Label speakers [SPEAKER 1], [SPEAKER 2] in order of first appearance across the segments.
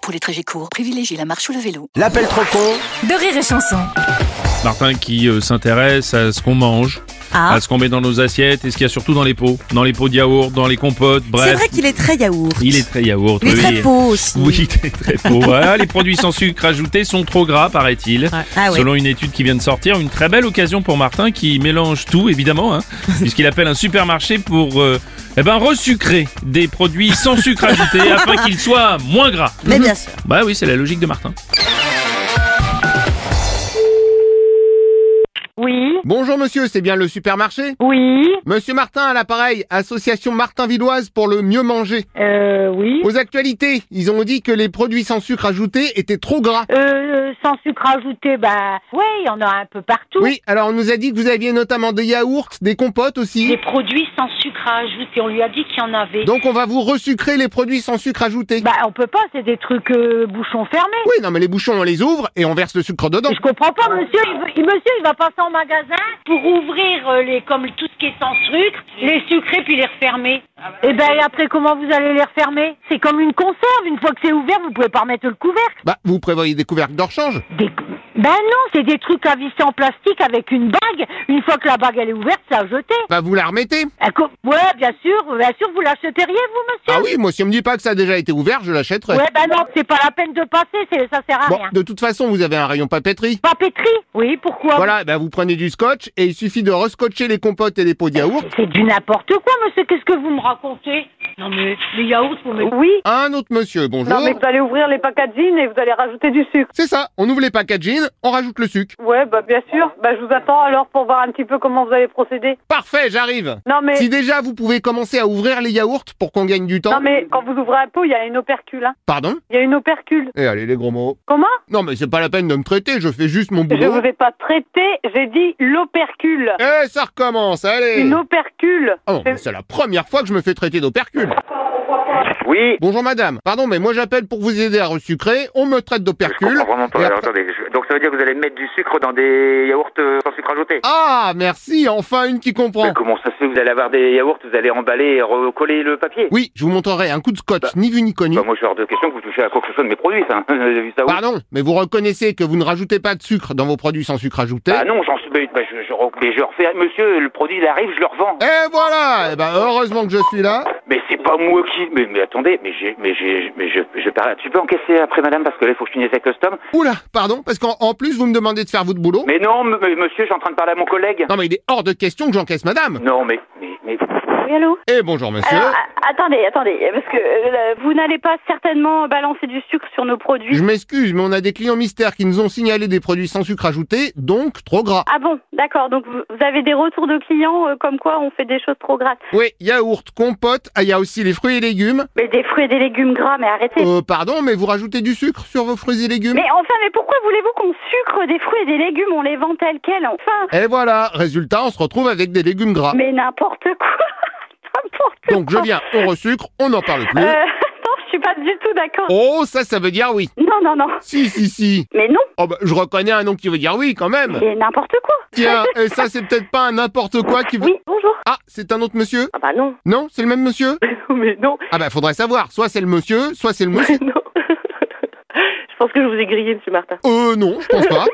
[SPEAKER 1] Pour les trajets courts, privilégiez la marche ou le vélo.
[SPEAKER 2] L'appel trop con
[SPEAKER 3] de rire et chanson.
[SPEAKER 4] Martin qui euh, s'intéresse à ce qu'on mange,
[SPEAKER 3] Ah,
[SPEAKER 4] à ce qu'on met dans nos assiettes et ce qu'il y a surtout dans les pots. Dans les pots de yaourt, dans les compotes,
[SPEAKER 5] C'est
[SPEAKER 4] bref.
[SPEAKER 5] vrai qu'il est très yaourt.
[SPEAKER 4] Il est très yaourt,
[SPEAKER 5] Il est
[SPEAKER 4] oui.
[SPEAKER 5] très beau aussi.
[SPEAKER 4] Oui, très, très beau. Voilà, les produits sans sucre ajouté sont trop gras, paraît-il.
[SPEAKER 5] Ah oui.
[SPEAKER 4] Selon une étude qui vient de sortir, une très belle occasion pour Martin qui mélange tout, évidemment, hein, puisqu'il appelle un supermarché pour euh, eh ben, resucrer des produits sans sucre ajouté afin qu'ils soient moins gras.
[SPEAKER 5] Mais bien sûr.
[SPEAKER 4] Bah oui, c'est la logique de Martin.
[SPEAKER 6] Oui,
[SPEAKER 7] Bonjour monsieur, c'est bien le supermarché
[SPEAKER 6] oui,
[SPEAKER 7] Monsieur Martin à l'appareil, association Martin-Villoise pour le mieux manger.
[SPEAKER 6] euh, oui.
[SPEAKER 7] Aux actualités, ils ont dit que les produits sans sucre ajouté étaient trop gras.
[SPEAKER 6] Euh, sans sucre ajouté, bah, ouais, il y en a un peu partout.
[SPEAKER 7] Oui, alors on nous a dit que vous aviez notamment des yaourts, des compotes aussi.
[SPEAKER 6] Des produits sans sucre ajouté, on lui a dit qu'il y en avait.
[SPEAKER 7] Donc on va vous resucrer les produits sans sucre ajouté.
[SPEAKER 6] Bah, on peut pas, c'est des trucs euh, bouchons fermés.
[SPEAKER 7] Oui, non mais les bouchons on les ouvre et on verse le sucre dedans.
[SPEAKER 6] Je comprends pas, monsieur. Il, veut- il- monsieur, il va passer en magasin pour ouvrir euh, les, comme tout ce qui est sans sucre, les sucrés puis les refermer. Et ben, et après, comment vous allez les refermer C'est comme une conserve. Une fois que c'est ouvert, vous pouvez pas remettre le couvercle.
[SPEAKER 7] Bah, vous prévoyez des couvercles de rechange
[SPEAKER 6] Des- Ben non, c'est des trucs à visser en plastique avec une bague. Une fois que la bague elle est ouverte, c'est à jeter.
[SPEAKER 7] Bah vous la remettez
[SPEAKER 6] Ah, co- Ouais, bien sûr, bien sûr, vous l'acheteriez, vous, monsieur
[SPEAKER 7] Ah oui, moi si on me dit pas que ça a déjà été ouvert, je l'achèterai.
[SPEAKER 6] Ouais, ben non, c'est pas la peine de passer, c'est- ça sert à
[SPEAKER 7] Bon,
[SPEAKER 6] rien.
[SPEAKER 7] de toute façon, vous avez un rayon papeterie.
[SPEAKER 6] Papeterie Oui, pourquoi
[SPEAKER 7] Voilà, bah vous prenez du scotch et il suffit de rescotcher les compotes et les pots de yaourt
[SPEAKER 6] C'est du n'importe quoi, monsieur, qu'est-ce que vous me racontez Non, mais les yaourts, vous me...
[SPEAKER 8] Oui.
[SPEAKER 7] Un autre monsieur, bonjour.
[SPEAKER 8] Non, mais vous allez ouvrir les packaging et vous allez rajouter du sucre.
[SPEAKER 7] C'est ça, on ouvre les packaging, on rajoute le sucre.
[SPEAKER 8] Ouais, bah bien sûr. Bah je vous attends alors pour voir un petit peu comment vous allez procéder.
[SPEAKER 7] Parfait, j'arrive.
[SPEAKER 8] Non mais
[SPEAKER 7] Si déjà vous pouvez commencer à ouvrir les yaourts pour qu'on gagne du temps.
[SPEAKER 8] non mais quand vous ouvrez un pot, il y a une opercule. Hein.
[SPEAKER 7] Pardon
[SPEAKER 8] Il y a une opercule.
[SPEAKER 7] Et allez, les gros mots.
[SPEAKER 8] Comment
[SPEAKER 7] Non, mais c'est pas la peine de me traiter, je fais juste mon
[SPEAKER 8] Je
[SPEAKER 7] boulot.
[SPEAKER 8] vous ai pas traité. J'ai dit l'opercule.
[SPEAKER 7] Eh, ça recommence, allez
[SPEAKER 8] Une opercule.
[SPEAKER 7] Ah non, mais c'est la première fois que je me fais traiter d'opercule.
[SPEAKER 9] Oui.
[SPEAKER 7] Bonjour madame. Pardon, mais moi j'appelle pour vous aider à resucrer, on me traite
[SPEAKER 9] Je
[SPEAKER 7] d'opercule.
[SPEAKER 9] comprends vraiment pas.
[SPEAKER 7] Et
[SPEAKER 9] Alors,
[SPEAKER 7] après-
[SPEAKER 9] attendez, je- Donc ça veut dire que vous allez mettre du sucre dans des yaourts euh, sans sucre ajouté
[SPEAKER 7] Ah, merci, enfin une qui comprend.
[SPEAKER 9] Mais comment ça se fait que Vous allez avoir des yaourts, vous allez emballer et recoller le papier
[SPEAKER 7] Oui, je vous montrerai un coup de scotch, ni vu ni connu.
[SPEAKER 9] Bah, moi, je suis hors de question que vous touchez à quoi que ce soit de mes produits, ça. hein. Vous avez vu ça où
[SPEAKER 7] Pardon, mais vous reconnaissez que vous ne rajoutez pas de sucre dans vos produits sans sucre ajouté.
[SPEAKER 9] Ah non, j'en suis. mais- bah, je, je, mais je refais. Monsieur, le produit, il arrive, je le revends.
[SPEAKER 7] Et voilà Eh ben, heureusement que je suis là.
[SPEAKER 9] Mais c'est pas moi qui. Mais, mais attendez, mais j'ai. Mais j'ai. Mais je. je parle- Tu peux encaisser après, madame, parce que là, il faut que je finisse avec le stom.
[SPEAKER 7] Oula, pardon, parce qu'en en plus, vous me demandez de faire votre boulot.
[SPEAKER 9] Mais non, m- m- monsieur, je suis en train de parler à mon collègue.
[SPEAKER 7] Non, mais il est hors de question que j'encaisse madame.
[SPEAKER 9] Non, mais. Mais. mais...
[SPEAKER 5] Oui, allô
[SPEAKER 7] Et bonjour, monsieur.
[SPEAKER 9] Ah,
[SPEAKER 5] Alors, a- attendez, attendez, parce que euh, vous n'allez pas certainement balancer du sucre sur nos produits.
[SPEAKER 7] Je m'excuse, mais on a des clients mystères qui nous ont signalé des produits sans sucre ajouté, donc trop gras.
[SPEAKER 5] Ah bon, d'accord, donc vous, vous avez des retours de clients euh, comme quoi on fait des choses trop grasses.
[SPEAKER 7] Oui, yaourt, compote, ah, il y a aussi les fruits et légumes.
[SPEAKER 5] Mais des fruits et des légumes gras, mais arrêtez.
[SPEAKER 7] Euh, pardon, mais vous rajoutez du sucre sur vos fruits et légumes
[SPEAKER 5] Mais enfin, mais pourquoi voulez-vous qu'on sucre des fruits et des légumes On les vend tels quels, enfin
[SPEAKER 7] Et voilà, résultat, on se retrouve avec des légumes gras.
[SPEAKER 5] Mais n'importe quoi N'importe quoi
[SPEAKER 7] Ah. Donc je viens, on resucre, on n'en parle plus.
[SPEAKER 5] Euh, non, je suis pas du tout d'accord.
[SPEAKER 7] Oh, ça, ça veut dire oui.
[SPEAKER 5] Non, non, non.
[SPEAKER 7] Si, si, si.
[SPEAKER 5] Mais non,
[SPEAKER 7] Oh, bah, je reconnais un nom qui veut dire oui quand même.
[SPEAKER 5] c'est n'importe quoi.
[SPEAKER 7] Tiens, et ça, c'est peut-être pas un n'importe quoi qui veut.
[SPEAKER 5] Oui, bonjour.
[SPEAKER 7] Ah, c'est un autre monsieur
[SPEAKER 8] Ah bah non.
[SPEAKER 7] Non, c'est le même monsieur
[SPEAKER 8] mais non.
[SPEAKER 7] Ah bah faudrait savoir, soit c'est le monsieur, soit c'est le monsieur.
[SPEAKER 8] non. je pense que je vous ai grillé monsieur Martin.
[SPEAKER 7] Euh non, je pense pas.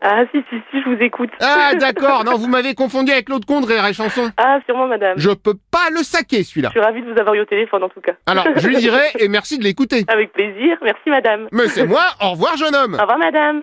[SPEAKER 8] Ah si si si, je vous écoute.
[SPEAKER 7] Ah d'accord, non, vous m'avez confondu avec l'autre con de Rire et Chanson.
[SPEAKER 8] Ah sûrement madame.
[SPEAKER 7] Je peux pas le saquer celui-là.
[SPEAKER 8] Je suis ravie de vous avoir eu au téléphone en tout cas.
[SPEAKER 7] Alors, je lui dirai et merci de l'écouter.
[SPEAKER 8] Avec plaisir. Merci madame.
[SPEAKER 7] Mais c'est moi, au revoir jeune homme.
[SPEAKER 8] Au revoir madame.